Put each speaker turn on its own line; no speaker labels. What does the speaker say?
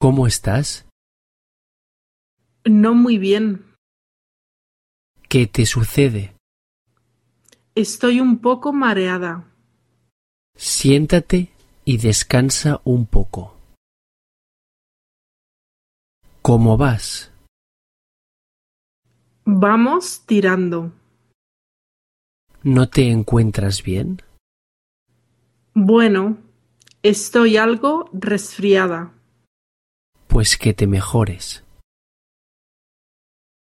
¿Cómo estás?
No muy bien.
¿Qué te sucede?
Estoy un poco mareada.
Siéntate y descansa un poco. ¿Cómo vas?
Vamos tirando.
¿No te encuentras bien?
Bueno, estoy algo resfriada.
Pues que te mejores.